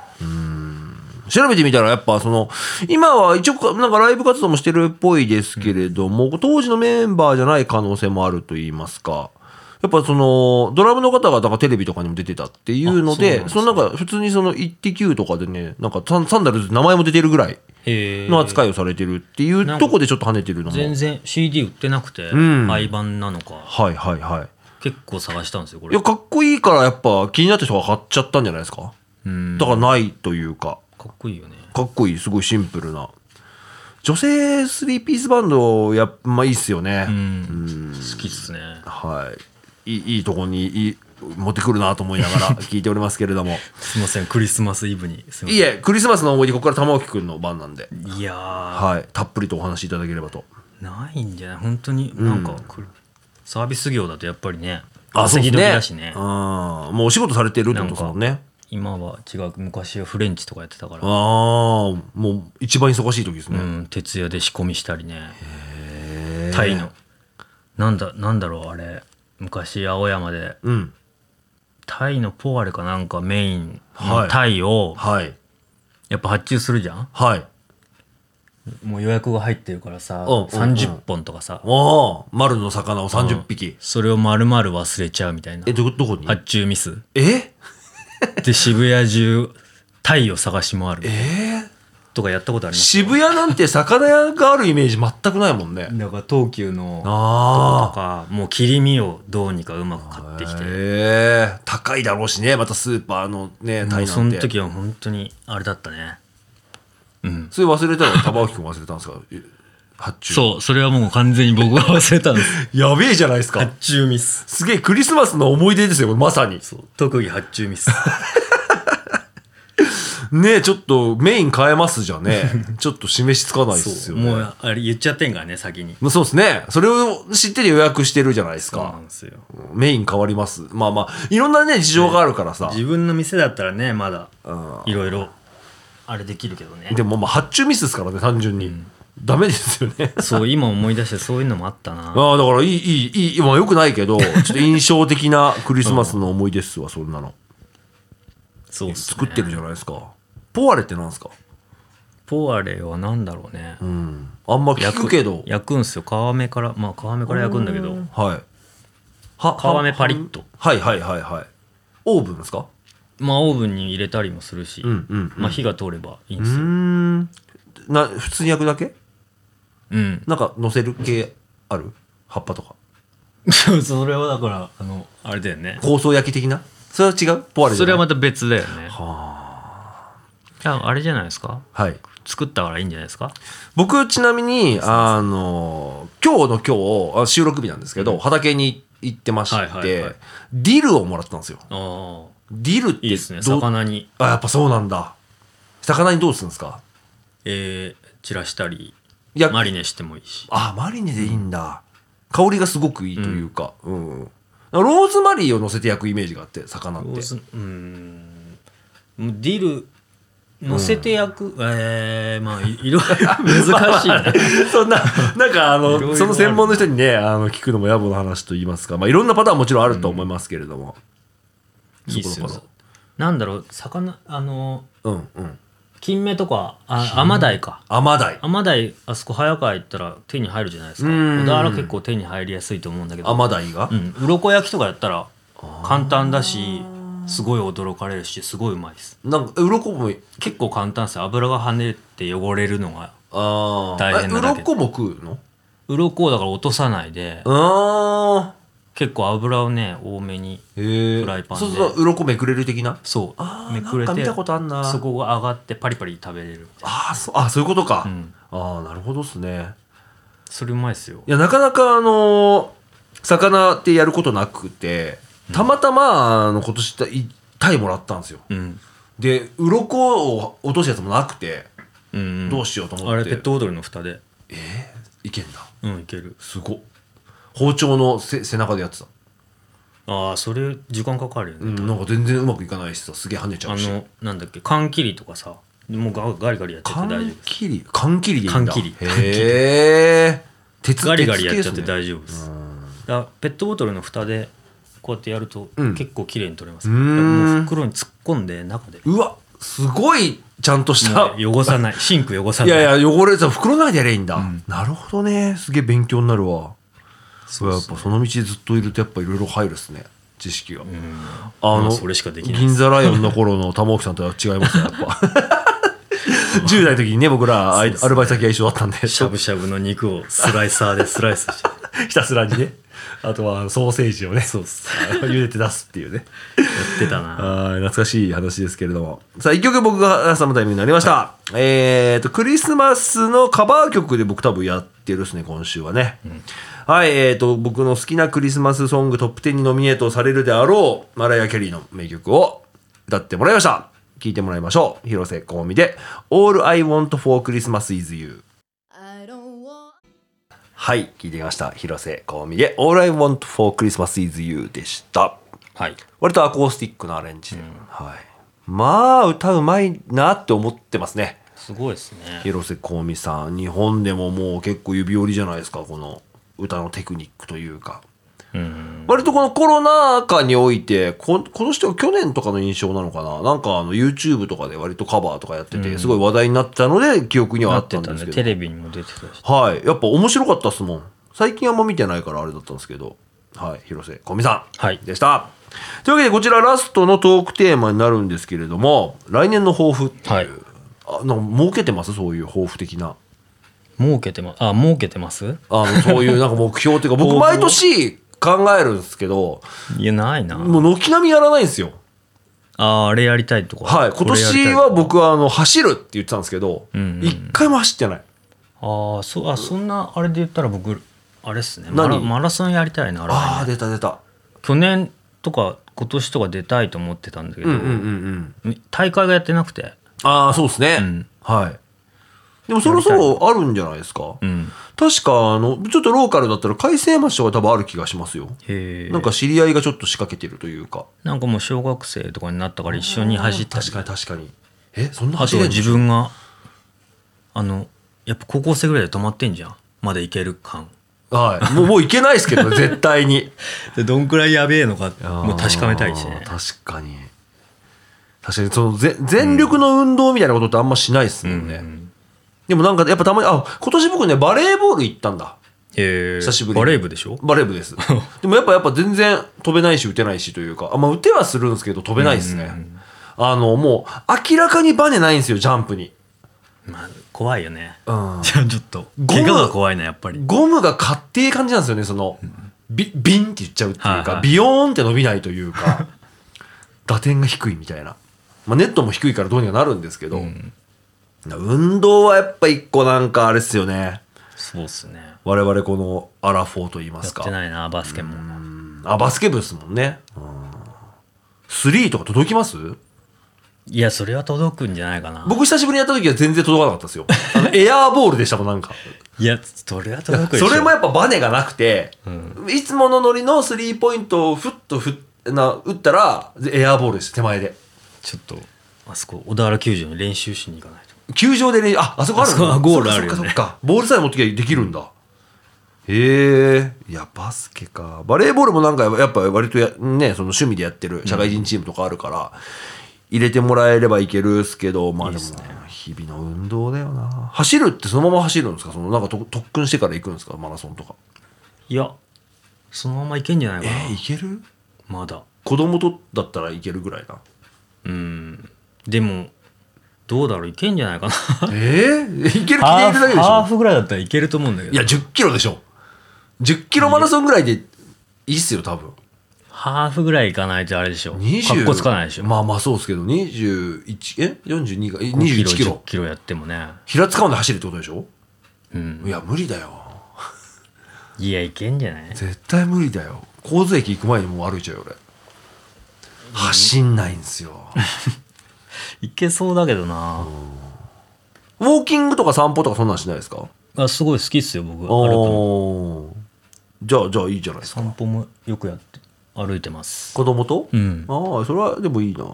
Speaker 1: 調べてみたらやっぱその今は一応なんかライブ活動もしてるっぽいですけれども、当時のメンバーじゃない可能性もあると言いますかやっぱそのドラムの方がだからテレビとかにも出てたっていうので
Speaker 2: あ
Speaker 1: そ
Speaker 2: そう
Speaker 1: のなんか普通にその「イッテ Q!」とかでねなんかサンサンダルズって名前も出てるぐらい
Speaker 2: へー
Speaker 1: の扱いをされてるっていうとこでちょっと跳ねてるのも
Speaker 2: 全然 CD 売ってなくて、
Speaker 1: ん
Speaker 2: 廃盤なのか
Speaker 1: はいはいはい
Speaker 2: 結構探したんですよこ
Speaker 1: い
Speaker 2: れ
Speaker 1: やかっこいいからやっぱ気になった人が買っちゃったんじゃないですか
Speaker 2: うん
Speaker 1: だからないというか
Speaker 2: かっこいいよね
Speaker 1: かっこいいすごいシンプルな女性スリーピースバンドやっまあいいっすよね、
Speaker 2: うん好きっすね
Speaker 1: はいいいいいとこにいい持ってくるなと思いながら聞いておりますけれども
Speaker 2: すいませんクリスマスイブにすいま
Speaker 1: いえクリスマスの思い出ここから玉置くんの番なんで、
Speaker 2: せんいやー
Speaker 1: はい、たっぷりとお話しいただければと
Speaker 2: ないんじゃない本当になんかくるサービス業だとやっぱりね
Speaker 1: そう
Speaker 2: 稼
Speaker 1: で
Speaker 2: ぎ
Speaker 1: す
Speaker 2: 時だしね
Speaker 1: うんもうお仕事されてるってことですもんね
Speaker 2: 今は違う昔はフレンチとかやってたから
Speaker 1: ああもう一番忙しい時ですね、
Speaker 2: うん徹夜で仕込みしたりねタイのなんだなんだろうあれ昔青山で
Speaker 1: うん
Speaker 2: タイのポアレかなんかメイン
Speaker 1: はい
Speaker 2: のタイを
Speaker 1: はい
Speaker 2: やっぱ発注するじゃん
Speaker 1: はい
Speaker 2: もう予約が入ってるから
Speaker 1: う
Speaker 2: さ
Speaker 1: んうんうん
Speaker 2: 30本とかさ
Speaker 1: おお丸の魚を30匹、
Speaker 2: それを丸々忘れちゃうみたいな
Speaker 1: えどどこに
Speaker 2: 発注ミス
Speaker 1: え
Speaker 2: で渋谷中タイを探し回る
Speaker 1: えー、
Speaker 2: とかやったことあります
Speaker 1: 渋谷なんて魚屋があるイメージ全くないもんね。
Speaker 2: だから東急のと
Speaker 1: ああ。
Speaker 2: かもう切り身をどうにかうまく買ってきて
Speaker 1: ええ高いだろうしね、またスーパーのね、タ
Speaker 2: も
Speaker 1: イ
Speaker 2: う
Speaker 1: な
Speaker 2: そ
Speaker 1: ん
Speaker 2: の
Speaker 1: て。
Speaker 2: 時は本当にあれだったねうん
Speaker 1: それ忘れたの、玉置くん忘れたんですかえ発注
Speaker 2: そう、それはもう完全に僕が忘れたんです。
Speaker 1: やべえじゃないですか
Speaker 3: 発注ミス
Speaker 1: すげえクリスマスの思い出ですよこれまさに
Speaker 3: そう特技発注 ミス
Speaker 1: ねえちょっとメイン変えますじゃね ちょっと示しつかないです
Speaker 3: そ
Speaker 1: よ
Speaker 3: う
Speaker 1: ね
Speaker 3: もうあれ言っちゃってんからね先に
Speaker 1: まあそうですねそれを知ってて予約してるじゃないです
Speaker 3: そうな
Speaker 1: か
Speaker 3: んですよ
Speaker 1: メイン変わりますまあまあいろんなね事情があるからさ、
Speaker 3: 自分の店だったらねまだ
Speaker 1: うん
Speaker 3: いろいろあれできるけどね
Speaker 1: でもまあ発注ミスですからね単純に、ダメですよね
Speaker 2: そう、今思い出してそういうのもあったな。
Speaker 1: ああだからいいいいいいまあよくないけどちょっと印象的なクリスマスの思い出っすわそんなの
Speaker 3: そうっす
Speaker 1: 作ってるじゃないですかポワレってなんですか
Speaker 2: ポワレはなんだろうね。
Speaker 1: うんあんま聞くけど
Speaker 2: 焼くんすよ。皮目から、まあ皮目から焼くんだけど、
Speaker 1: はいは
Speaker 2: 皮目パリッと
Speaker 1: はいはいはいはいオーブンですか
Speaker 2: まあオーブンに入れたりもするし、
Speaker 1: うんうん
Speaker 2: まあ火が通ればいいん
Speaker 1: う
Speaker 2: ですよ。
Speaker 1: んな普通に焼くだけ
Speaker 2: うん。
Speaker 1: なんか乗せる系ある葉っぱとか
Speaker 3: それはだから
Speaker 2: あの、あれだよね。
Speaker 1: 香草焼き的なそれは違うポワレじ
Speaker 2: そ
Speaker 1: ゃな
Speaker 2: れ
Speaker 1: い
Speaker 2: はまた別だよね。
Speaker 1: は
Speaker 2: じゃあ、あれじゃないですか
Speaker 1: あはい
Speaker 2: 作ったからいいんじゃないですか
Speaker 1: 僕ちなみにあの今日の今日あ収録日なんですけど畑に行ってまして、
Speaker 2: はいはいはい
Speaker 1: ディルをもらったんですよ
Speaker 2: ああ。
Speaker 1: ディルって
Speaker 2: いいですね。
Speaker 1: どう
Speaker 2: 魚に、
Speaker 1: あやっぱそうなんだ魚にどうするんですか
Speaker 2: えー、散らしたり、
Speaker 1: いや
Speaker 2: マリネしてもいいし。
Speaker 1: あマリネでいいんだ、香りがすごくいいというか、うんローズマリーを乗せて焼くイメージがあって魚って
Speaker 2: ローズうんもうディル乗せて焼く、えー、まあい いろいろ難しいな
Speaker 1: そんな、なんかあ
Speaker 2: いろいろ
Speaker 1: の、
Speaker 2: ある
Speaker 1: その専門の人にね、あの、聞くのも野暮の話と言いますか、まあ、いろんなパターンもちろんあると思いますけれども。
Speaker 2: いいっすよ
Speaker 1: そこ
Speaker 2: なんだろう魚あの
Speaker 1: のうんうん。
Speaker 2: 金目とかあアマダイか
Speaker 1: アマダイ。
Speaker 2: アマダイあそこ早川行ったら手に入るじゃないですか
Speaker 1: うん
Speaker 2: 小田原結構手に入りやすいと思うんだけど
Speaker 1: アマダイが、
Speaker 2: うん鱗焼きとかやったら簡単だしすごい驚かれるしすごいうまいです
Speaker 1: なんか、鱗も、
Speaker 2: 結構簡単ですよ油が跳ねて汚れるのが
Speaker 1: あ
Speaker 2: 大変
Speaker 1: あ。
Speaker 2: なだけ
Speaker 1: 鱗も食うの
Speaker 2: 鱗をだから落とさないで
Speaker 1: ああ。
Speaker 2: 結構油をね多めに
Speaker 1: へえ。
Speaker 2: フライパン
Speaker 1: そ
Speaker 2: で
Speaker 1: うそう、鱗めくれる的な
Speaker 2: そ
Speaker 1: あ
Speaker 2: う
Speaker 1: ー
Speaker 2: めく
Speaker 1: な
Speaker 2: れ
Speaker 1: んか見
Speaker 2: て
Speaker 1: たことあんな
Speaker 2: そこが上がってパリパリ食べれるみたいな
Speaker 1: ああ、そう、あそういうことか。
Speaker 2: うん
Speaker 1: ああ、なるほどっすね。
Speaker 2: それうまいっすよ
Speaker 1: いや、なかなか、あのー魚ってやることなくて、たまたま、あの、今年た、いタイもらったんですよ。
Speaker 2: うん
Speaker 1: で鱗を落とすやつもなくて
Speaker 2: うんうん
Speaker 1: どうしようと思
Speaker 2: あ
Speaker 1: っ
Speaker 2: れ
Speaker 1: て、
Speaker 2: ペットボトルの蓋で
Speaker 1: いけんだ
Speaker 2: うんいける
Speaker 1: すごっ包丁のせ背中でやってた、
Speaker 2: ああそれ時間かかるよ
Speaker 1: う
Speaker 2: ね、
Speaker 1: ん、なんか全然うまくいかないしさすげえ跳ねちゃ
Speaker 2: あ
Speaker 1: うし
Speaker 2: のなんだっけ缶切りとかさもうガガリガリやっちゃって大丈夫
Speaker 1: 缶
Speaker 2: です
Speaker 1: 切り缶切りでいいんだ
Speaker 2: 缶切り
Speaker 1: へえ鉄
Speaker 2: ガリガリやっちゃって
Speaker 1: 鉄系すね
Speaker 2: 大丈夫ですだからペットボトルの蓋でこうやってやると
Speaker 1: うん
Speaker 2: 結構綺麗に取れます、
Speaker 1: うーん
Speaker 2: だからもう袋に突っ込んで中で
Speaker 1: うわすごいちゃんとした、
Speaker 2: もう汚さないシンク汚さ
Speaker 1: い
Speaker 2: ない
Speaker 1: やいや汚れさ袋の中でやればいいんだ、なるほどねすげえ勉強になるわそうやっぱその道ずっといるとやっぱいろいろ入るっすね知識が、
Speaker 2: うん
Speaker 1: あ
Speaker 2: ま
Speaker 1: の、
Speaker 2: あそれしかできない
Speaker 1: 銀座ライオンの頃の玉置さんとは違いますね、やっぱ。10代の時にね、僕ら、あいアルバイト先が一緒だったんで、
Speaker 2: しゃぶしゃぶの肉をスライサーでスライスして
Speaker 1: ひたすらにね。あとは、ソーセージをね、
Speaker 2: そうっす
Speaker 1: あの 茹でて出すっていうね。
Speaker 2: やってたな
Speaker 1: あー懐かしい話ですけれども。さあ、一曲僕が挟むタイミングになりました。えーと、クリスマスのカバー曲で僕多分やってるですね、今週はね。はい、えーと、僕の好きなクリスマスソングトップ10にノミネートされるであろう、マライア・キャリーの名曲を歌ってもらいました。聴いてもらいましょう。広瀬香美で、All I Want for Christmas is You。
Speaker 4: I don't want
Speaker 1: はい、聴いてみました。広瀬香美で、All I Want for Christmas is You でした。
Speaker 2: はい
Speaker 1: 割とアコースティックなアレンジで、はい、まあ歌うまいなって思ってますね
Speaker 2: すごいですね
Speaker 1: 広瀬香美さん日本でももう結構指折りじゃないですかこの歌のテクニックというか
Speaker 2: うん
Speaker 1: 割とこのコロナ禍においてここの人は去年とかの印象なのかななんかあの YouTube とかで割とカバーとかやっててすごい話題になってたので記憶にはあ
Speaker 2: な
Speaker 1: っ
Speaker 2: って
Speaker 1: たん
Speaker 2: た
Speaker 1: です
Speaker 2: ね
Speaker 1: けど、
Speaker 2: テレビにも出てたし
Speaker 1: はいやっぱ面白かったっすもん最近あんま見てないからあれだったんですけどはい広瀬香美さん
Speaker 2: はい
Speaker 1: でしたというわけでこちらラストのトークテーマになるんですけれども来年の抱負っていう、
Speaker 2: はい
Speaker 1: あなんか設けてますそういう抱負的な
Speaker 2: 儲けてまあ儲けてます
Speaker 1: あのそういう なんか目標っていうか僕毎年考えるんですけど
Speaker 2: いやないな
Speaker 1: もう軒並みやらないんですよ
Speaker 2: あーあれやりたいとか
Speaker 1: はい今
Speaker 2: これやりたい
Speaker 1: 年は僕はあの走るって言ってたんですけど一、
Speaker 2: うんうん
Speaker 1: 回も走ってない
Speaker 2: あああそあそんなあれで言ったら僕あれっすねマ
Speaker 1: 何
Speaker 2: ラマラソンやりたいな
Speaker 1: あ
Speaker 2: あ
Speaker 1: あ
Speaker 2: れ
Speaker 1: 出た出た
Speaker 2: 去年とか今年とか出たいと思ってたんだけど、
Speaker 1: うんうんうんうん
Speaker 2: 大会がやってなくて
Speaker 1: ああそうですね、
Speaker 2: うん
Speaker 1: はいでもそろそろあるんじゃないですか、
Speaker 2: うん
Speaker 1: 確かあのちょっとローカルだったら改正町とか多分ある気がしますよ
Speaker 2: へえ
Speaker 1: なんか知り合いがちょっと仕掛けてるというか
Speaker 2: なんかもう小学生とかになったから一緒に走ったり
Speaker 1: 確かに確かにえそんな
Speaker 2: あ
Speaker 1: 走
Speaker 2: と
Speaker 1: れ
Speaker 2: は
Speaker 1: んの
Speaker 2: 自分があのやっぱ高校生ぐらいで止まってんじゃんまだいける感
Speaker 1: はいもうもういけないですけど ね絶対に
Speaker 2: でどんくらいやべえのかもう確かめたいしね
Speaker 1: あー確かに確かにそのぜ全力の運動みたいなことってあんましないですもんね、でもなんかやっぱたまにあ今年僕ねバレーボール行ったんだ
Speaker 2: へえ
Speaker 1: 久しぶりに
Speaker 2: バレー部でしょ
Speaker 1: バレー部です でもやっぱやっぱ全然飛べないし打てないしというかあ、まあ、打てはするんですけど飛べないですね、あのもう明らかにバネないんですよジャンプに、
Speaker 2: まあ怖いよね
Speaker 1: うん、
Speaker 2: じゃあ ちょっと
Speaker 1: ゴム
Speaker 2: 怪我が怖いなやっぱり
Speaker 1: ゴムが買ってい感じなんですよねそのビビンって言っちゃうっていうか、
Speaker 2: はいはい
Speaker 1: ビヨーンって伸びないという か打点が低いみたいな、まあ、ネットも低いからどうにかなるんですけど、運動はやっぱ一個なんかあれですよね
Speaker 2: そうっすねや
Speaker 1: 我々このアラフォーと言います
Speaker 2: っ
Speaker 1: か
Speaker 2: てないなバスケも
Speaker 1: あバスケ部ですもんね、うん、3とか届きます
Speaker 2: いやそれは届くんじゃないかな
Speaker 1: 僕久しぶりにやった時は全然届かなかったですよあのエアーボールでしたもんなんか
Speaker 2: いやそれは届くでしょ
Speaker 1: それもやっぱバネがなくて、いつものノリのスリーポイントをふっとふっな打ったらエアーボールです手前で
Speaker 2: ちょっとあそこ小田原球場に練習しに行かないと
Speaker 1: 球場でねああそこあるん
Speaker 2: あそこ
Speaker 1: だ
Speaker 2: はゴールあるよね
Speaker 1: そっかそっかそっかボールさえ持ってきゃできるんだ、へえいやバスケかバレーボールもなんかやっぱ割とや、ね、その趣味でやってる社会人チームとかあるから、入れてもらえればいけるっすけどまあでも日々の運動だよな走るってそのまま走るんですかそのなんかと特訓してから行くんですかマラソンとか
Speaker 2: いやそのまま行けんじゃない
Speaker 1: え
Speaker 2: かな
Speaker 1: ー、いける
Speaker 2: まだ
Speaker 1: 子供とだったらいけるぐらいな
Speaker 2: うんでもどうだろういけんじゃ ないかな
Speaker 1: えー、いける気でいる
Speaker 2: ハ
Speaker 1: だ
Speaker 2: ーフ
Speaker 1: けでし
Speaker 2: ハー
Speaker 1: ょ
Speaker 2: フぐらいだったらいけると思うんだけど
Speaker 1: いや10キロでしょ10キロマラソンぐらいでいいっすよ多分
Speaker 2: ハーフぐらいいかないとあれでしょか
Speaker 1: 20
Speaker 2: っこつかないでしょ、
Speaker 1: まあまあそうですけど21え42かえ
Speaker 2: 5
Speaker 1: 21キ
Speaker 2: 10
Speaker 1: ロ
Speaker 2: キロやってもね
Speaker 1: 平塚まで走るってことでしょ
Speaker 2: うん
Speaker 1: いや無理だよ
Speaker 2: いやいけんじゃない
Speaker 1: 絶対無理だよ神津駅行く前にもう歩いちゃうよ俺走んないんですよ
Speaker 2: いけそうだけどな
Speaker 1: ウォーキングとか散歩とかそんなんしないですか
Speaker 2: あすごい好きっすよ僕
Speaker 1: あ
Speaker 2: 歩くの
Speaker 1: ーじゃあじゃあいいじゃないですか
Speaker 2: 散歩もよくやって歩いてます
Speaker 1: 子供と、
Speaker 2: うん
Speaker 1: ああそれはでもいいな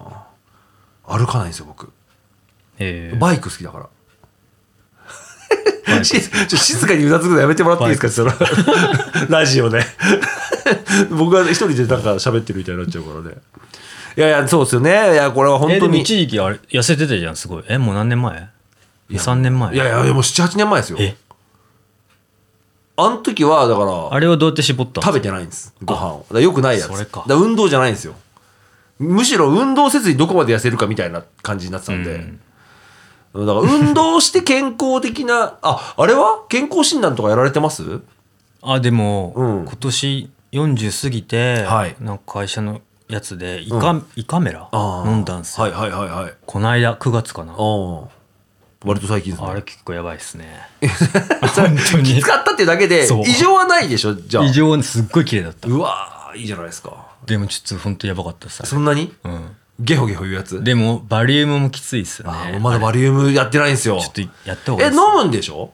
Speaker 1: 歩かないんですよ僕
Speaker 2: ええ
Speaker 1: バイク好きだから
Speaker 2: バイク
Speaker 1: しちょ静かにうなずくのやめてもらっていいですかそ のラジオで僕が一人でなんか喋ってるみたいになっちゃうからねいやいやそうですよねいやこれは本
Speaker 2: え
Speaker 1: 当
Speaker 2: でも
Speaker 1: に、
Speaker 2: 一時期あれ痩せてたじゃんすごいえもう何年前23年前
Speaker 1: いやいやでも78年前ですよ
Speaker 2: え
Speaker 1: あの時はだから
Speaker 2: あれをどうやって絞ったの
Speaker 1: 食べてないんですご飯をだからよくないやつ
Speaker 2: それか
Speaker 1: だら運動じゃないんですよむしろ運動せずにどこまで痩せるかみたいな感じになってたんで、だから運動して健康的なああれは健康診断とかやられてます
Speaker 2: あでも、
Speaker 1: うん
Speaker 2: 今年40過ぎて、
Speaker 1: はい
Speaker 2: なんか会社のやつで胃カ,、胃カメラ
Speaker 1: あー
Speaker 2: 飲んだんすよ、
Speaker 1: はいはいはいはい
Speaker 2: この間9月かな
Speaker 1: ああ割と最近ですね
Speaker 2: あれ結構やばいっすね 本当に
Speaker 1: 使ったっていうだけで
Speaker 2: そう
Speaker 1: 異常はないでしょじゃあ
Speaker 2: 異常にすっごい綺麗だった
Speaker 1: うわーいいじゃないですか
Speaker 2: でもちょっと本当やばかったさ、
Speaker 1: そんなに
Speaker 2: う
Speaker 1: ゲホゲホ言うやつ
Speaker 2: ん、でもバリウムもきついっすよ
Speaker 1: あ
Speaker 2: ね
Speaker 1: ーまだバリウムやってないんですよ
Speaker 2: ちょっとやった方が
Speaker 1: え
Speaker 2: いいっ
Speaker 1: 飲
Speaker 2: すね
Speaker 1: むんでしょ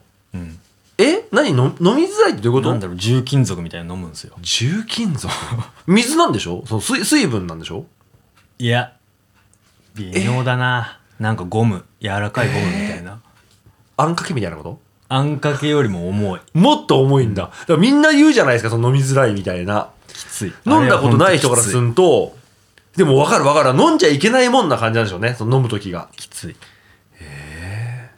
Speaker 1: え何の飲みづらいってどういうこ
Speaker 2: なん
Speaker 1: と
Speaker 2: だろう重金属みたいなの飲むんですよ
Speaker 1: 重金属 水なんでしょその水水分なんでしょ
Speaker 2: いや微妙だななんかゴム柔らかいゴムみたいな、
Speaker 1: あんかけみたいなこと
Speaker 2: あんかけよりも重い
Speaker 1: もっと重いんだだからみんな言うじゃないですかその飲みづらいみたいな
Speaker 2: きつい
Speaker 1: 飲んだことない人から
Speaker 2: あれは本当きつ
Speaker 1: すんとでも分かる分かる飲んじゃいけないもんな感じなんでしょうねその飲む時が
Speaker 2: きつい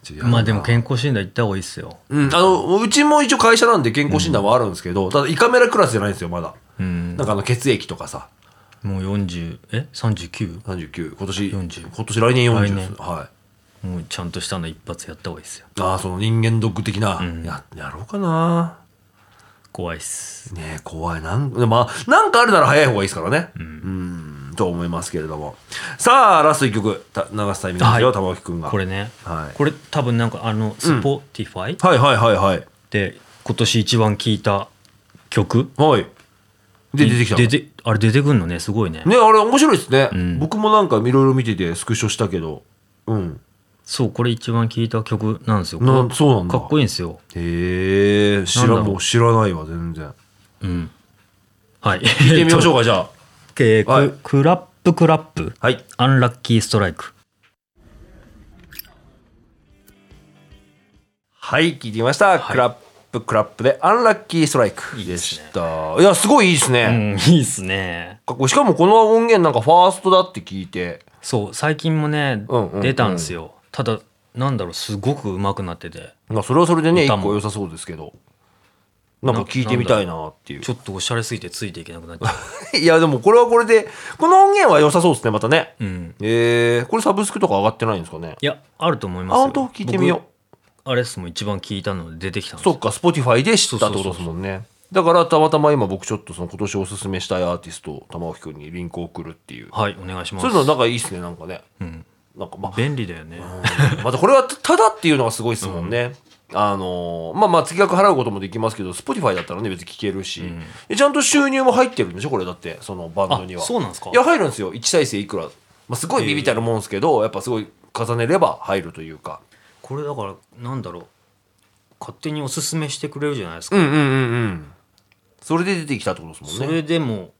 Speaker 1: ちょっとやだな
Speaker 2: まあでも健康診断行った方がいいっすよ
Speaker 1: うん、あのうちも一応会社なんで健康診断はあるんですけど、ただ胃カメラクラスじゃないんですよまだ、
Speaker 2: うん
Speaker 1: なんかあの血液とかさ
Speaker 2: もう40え 39?
Speaker 1: 39今年
Speaker 2: 40
Speaker 1: 今年来年40で
Speaker 2: 来年
Speaker 1: すは
Speaker 2: もうちゃんとしたの一発やった方がいいっすよ
Speaker 1: いああその人間ドック的な、
Speaker 2: ん
Speaker 1: ややろうかな
Speaker 2: 怖いっす
Speaker 1: ねえ怖いなん,、まあ、なんかあるなら早い方がいいですからねうんと思いますけれどもさあラスト1曲た流すタイミングですよ
Speaker 2: はい
Speaker 1: 玉置くんが
Speaker 2: これね、
Speaker 1: はい
Speaker 2: これ多分なんかあの Spotify
Speaker 1: はいはいはいはい
Speaker 2: で今年一番聴いた曲
Speaker 1: はいで出てきたの
Speaker 2: 出てあれ出てくんのねすごいね
Speaker 1: ねあれ面白いですね、
Speaker 2: ん
Speaker 1: 僕もなんかいろいろ見ててスクショしたけどうん
Speaker 2: そうこれ一番聴いた曲なんですよ
Speaker 1: な
Speaker 2: こ
Speaker 1: そうなん
Speaker 2: れ
Speaker 1: だ
Speaker 2: かっこいいんですよ
Speaker 1: へえ知
Speaker 2: なん
Speaker 1: ら
Speaker 2: だろうん
Speaker 1: もう知らないわ全然
Speaker 2: うんはい
Speaker 1: 聞いてみ ましょう
Speaker 2: う
Speaker 1: かじゃあ
Speaker 2: えー
Speaker 1: はい
Speaker 2: ククラップクラップ
Speaker 1: はい
Speaker 2: アンラッキーストライク
Speaker 1: はい聞いてみました、クラップクラップでアンラッキーストライク
Speaker 2: いい
Speaker 1: で
Speaker 2: です
Speaker 1: し
Speaker 2: ね
Speaker 1: たいやすごいいいですね、
Speaker 2: うんいいっすね
Speaker 1: かっこいいしかもこの音源なんかファーストだって聞いて
Speaker 2: そう最近もね、
Speaker 1: うんうんうん
Speaker 2: 出たんですよただなんだろうすごく上手くなってて
Speaker 1: まあそれはそれでね
Speaker 2: 歌
Speaker 1: 一
Speaker 2: も
Speaker 1: 個良さそうですけどなんか聞いてみたいなっていう
Speaker 2: ちょっとおしゃれすぎてついていけなくなっちゃう
Speaker 1: いやでもこれはこれでこの音源は良さそうですねまたね、
Speaker 2: うん
Speaker 1: えー、これサブスクとか上がってないんですかね
Speaker 2: いやあると思います
Speaker 1: あ
Speaker 2: よ
Speaker 1: 本当聞いてみよう
Speaker 2: 僕アレスも一番聞いたので出てきたんです
Speaker 1: そっ
Speaker 2: よ
Speaker 1: か Spotify で知ったってことですもんねだからたまたま今僕ちょっとその今年おすすめしたいアーティストを玉置くんにリンクを送るっていう
Speaker 2: はいお願いします
Speaker 1: そういうのなんかいいっすねなんかね
Speaker 2: うん
Speaker 1: なんかまあ
Speaker 2: 便利だよね
Speaker 1: またこれはただっていうのがすごいですもんね。あのーまあまあ月額払うこともできますけど Spotify だったらね別に聞けるし、えちゃんと収入も入ってるんでしょこれだってそのバンドには
Speaker 2: あそうなんですか
Speaker 1: いや入るんですよ1再生いくら、まあ、すごいビビたるもんですけど、やっぱすごい重ねれば入るというか
Speaker 2: これだからなんだろう勝手におすすめしてくれるじゃないです
Speaker 1: う
Speaker 2: か、
Speaker 1: んうんうんうんそれで出てきたってことですも
Speaker 2: そ
Speaker 1: んね
Speaker 2: れでも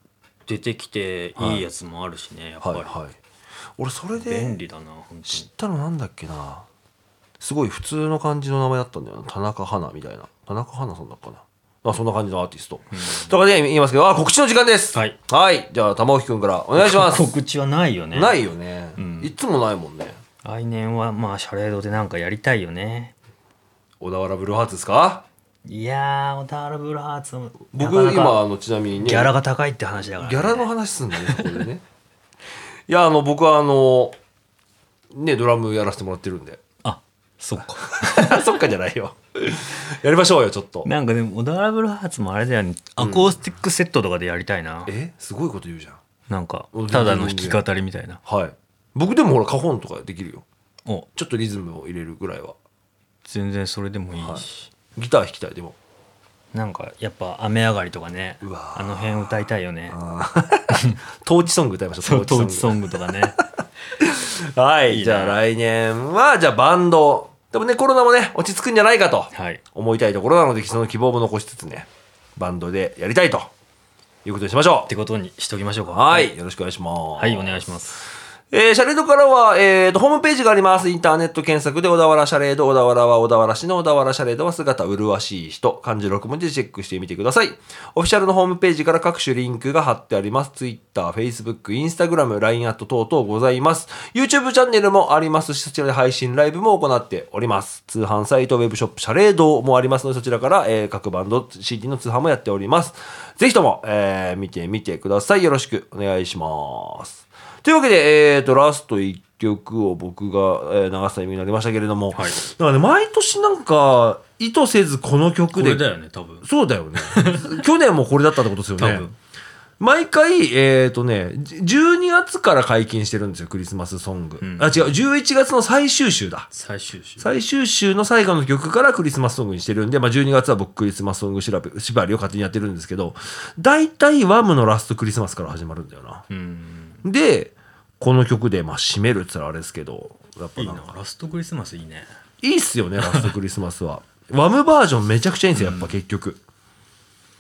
Speaker 2: 出てきていいやつもあるしねやっぱ
Speaker 1: はい
Speaker 2: り、
Speaker 1: はい俺それ
Speaker 2: 便
Speaker 1: で
Speaker 2: 利だな本当に
Speaker 1: 知ったのなんだっけなすごい普通の感じの名前だったんだよな田中花みたいな田中花さんだったかなまあそんな感じのアーティスト、とかで言いますけどあ告知の時間です
Speaker 2: はい
Speaker 1: じゃあ玉置くんからお願いします
Speaker 2: 告知はないよね
Speaker 1: ないよね、
Speaker 2: ん
Speaker 1: いつもないもんね
Speaker 2: 来年はまあシャレードでなんかやりたいよね
Speaker 1: 小田原ブルーハーツですか
Speaker 2: いやー小田原ブルーハーツも
Speaker 1: 僕
Speaker 2: なかなか
Speaker 1: 今あのちなみにね
Speaker 2: ギャラが高いって話だから、ね、
Speaker 1: ギャラの話すんだねここでね いやあの僕はあのねドラムやらせてもらってるんで
Speaker 2: あそっ か
Speaker 1: そっかじゃないよ やりましょうよちょっと
Speaker 2: なんかでも小田原ブルーハーツもあれだよねアコースティックセットとかでやりたいな、
Speaker 1: えすごいこと言うじゃん
Speaker 2: なんか
Speaker 1: うん
Speaker 2: ただの弾き語りみたいな
Speaker 1: はい僕でもほらカホンとかできるよ
Speaker 2: お
Speaker 1: ちょっとリズムを入れるぐらいは
Speaker 2: 全然それでもいいし、
Speaker 1: ギター弾きたいでも
Speaker 2: なんかやっぱ雨上がりとかね
Speaker 1: うわー
Speaker 2: あの辺歌いたいよね
Speaker 1: トーチソング歌いましょ
Speaker 2: そう
Speaker 1: ト
Speaker 2: ト
Speaker 1: ー
Speaker 2: ー
Speaker 1: チ
Speaker 2: チ
Speaker 1: ソン
Speaker 2: ソングとかね
Speaker 1: グはい
Speaker 2: いな
Speaker 1: じゃあ来年はじゃあバンドでもねコロナもね落ち着くんじゃないかと
Speaker 2: はい
Speaker 1: 思いたいところなのでその希望も残しつつねバンドでやりたいということにしましょ
Speaker 2: っ
Speaker 1: う
Speaker 2: てことにしときましょうか
Speaker 1: はいよろしくお願いします
Speaker 2: はいお願いします
Speaker 1: えー、シャレードからは、えー、と、ホームページがあります。インターネット検索で、小田原シャレード、小田原は小田原市の小田原シャレードは姿麗しい人、漢字6文字でチェックしてみてください。オフィシャルのホームページから各種リンクが貼ってあります。Twitter、Facebook、Instagram、LINE アット等々ございます。YouTube チャンネルもありますし、そちらで配信ライブも行っております。通販サイト、ウェブショップ、シャレードもありますので、そちらから、えー各バンド、CD の通販もやっております。ぜひとも、えー見てみてください。よろしくお願いします。というわけで、えー、とラスト1曲を僕が、えー流すタイミングになりましたけれども、
Speaker 2: は
Speaker 1: だ
Speaker 2: い
Speaker 1: からね毎年なんか意図せずこの曲
Speaker 2: こ
Speaker 1: で
Speaker 2: れだよね多分
Speaker 1: そうだよね 去年もこれだったってことですよ
Speaker 2: 多
Speaker 1: ね
Speaker 2: 分
Speaker 1: 毎回えっ、とねじ12月から解禁してるんですよクリスマスソング、
Speaker 2: ん
Speaker 1: あ違う11月の最終週だ
Speaker 2: 最終週
Speaker 1: 最終週の最後の曲からクリスマスソングにしてるんで、まあ、12月は僕クリスマスソング調べ縛りを勝手にやってるんですけど大体ワムのラストクリスマスから始まるんだよな
Speaker 2: うん
Speaker 1: でこの曲でまあ締めるっつったらあれですけどやっぱ
Speaker 2: いい
Speaker 1: なんか
Speaker 2: なラストクリスマスいいね
Speaker 1: いいっすよねラストクリスマスは ワムバージョンめちゃくちゃいいんですよやっぱ結局、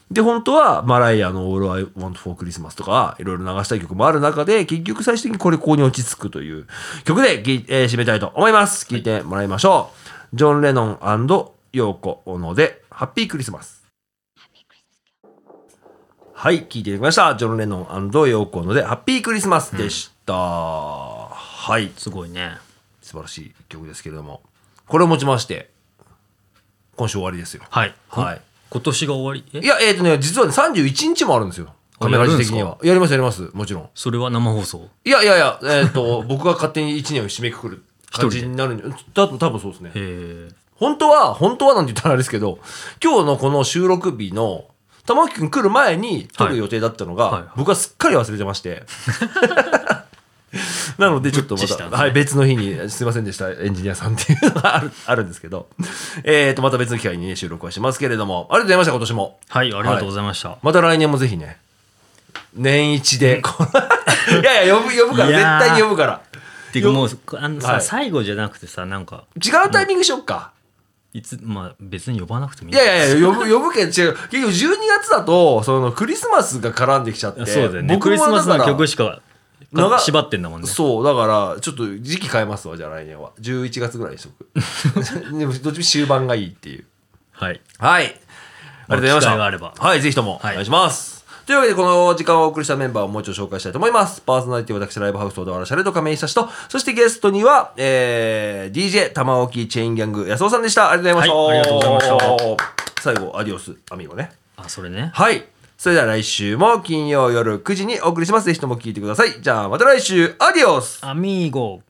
Speaker 1: で本当はマライアの「All I Want for Christmas」とかいろいろ流したい曲もある中で結局最終的にこれここに落ち着くという曲でぎ、えー締めたいと思います聴いてもらいましょう、ジョン・レノンヨーコ・オノで「ハッピークリスマス」はい、聞いていただきました。ジョン・レノンヨーコ・オノで、ハッピークリスマスでした。はい。
Speaker 2: すごいね
Speaker 1: 素晴らしい曲ですけれどもこれをもちまして今週終わりですよ
Speaker 2: はい
Speaker 1: はい
Speaker 2: 今年が終わりえ
Speaker 1: いやえっ、とね実はね31日もあるんですよ
Speaker 2: あ
Speaker 1: カメラ時的にはやりますやりますもちろん
Speaker 2: それは生放送
Speaker 1: いやいやいやえっ、と僕が勝手に1年を締めくくる感じになるんじゃだと多分そうですね
Speaker 2: ええ
Speaker 1: 本当は本当はなんて言ったらあれですけど今日のこの収録日の玉置くん来る前に撮る予定だったのが、
Speaker 2: はいはい
Speaker 1: 僕はすっかり忘れてま して。なのでちょっとま
Speaker 2: ブッチし
Speaker 1: た
Speaker 2: たんですね
Speaker 1: はい、別の日にすいませんでしたエンジニアさんっていうのがあ るあるんですけど、えー、とまた別の機会に、ね、収録はしますけれどもありがとうございました今年も
Speaker 2: はい、ありがとうございました。
Speaker 1: また来年もぜひね年一でこの いやいや呼ぶ呼ぶから
Speaker 2: いやー
Speaker 1: 絶対に呼ぶから
Speaker 2: っていうかもうあのさ、
Speaker 1: はい
Speaker 2: 最後じゃなくてさなんか
Speaker 1: 違うタイミングしよっか、
Speaker 2: いつまあ別に呼ばなくてもいい
Speaker 1: いやいやいや呼ぶ 呼ぶけん違う結局12月だとそのクリスマスが絡んできちゃって
Speaker 2: そうだよね
Speaker 1: 僕
Speaker 2: ク
Speaker 1: も
Speaker 2: リスマス
Speaker 1: だ
Speaker 2: の
Speaker 1: から
Speaker 2: 曲しか
Speaker 1: 長
Speaker 2: 縛ってんだもんね
Speaker 1: そうだからちょっと時期変えますわじゃあ来年は11月ぐらいにしと くでもどっちも終盤がいいっていう
Speaker 2: はい
Speaker 1: はいありがとうございまし
Speaker 2: 機
Speaker 1: た
Speaker 2: 会があれば
Speaker 1: はいぜひともお
Speaker 2: はい
Speaker 1: 願いします、というわけで、この時間をお送りしたメンバーをもう一度紹介したいと思います。パーソナリティ私、ライブハウスと小田原シャレと亀井久志と、そしてゲストには、えー、DJ、玉置チェインギャング、安尾さんでした。ありがとうございました。
Speaker 2: はいありがとうござ
Speaker 1: いました。最後、アディオス、アミーゴね。
Speaker 2: あそれね
Speaker 1: はい。それでは来週も金曜夜9時にお送りします。ぜひとも聞いてください。じゃあまた来週、アディオス
Speaker 2: アミーゴ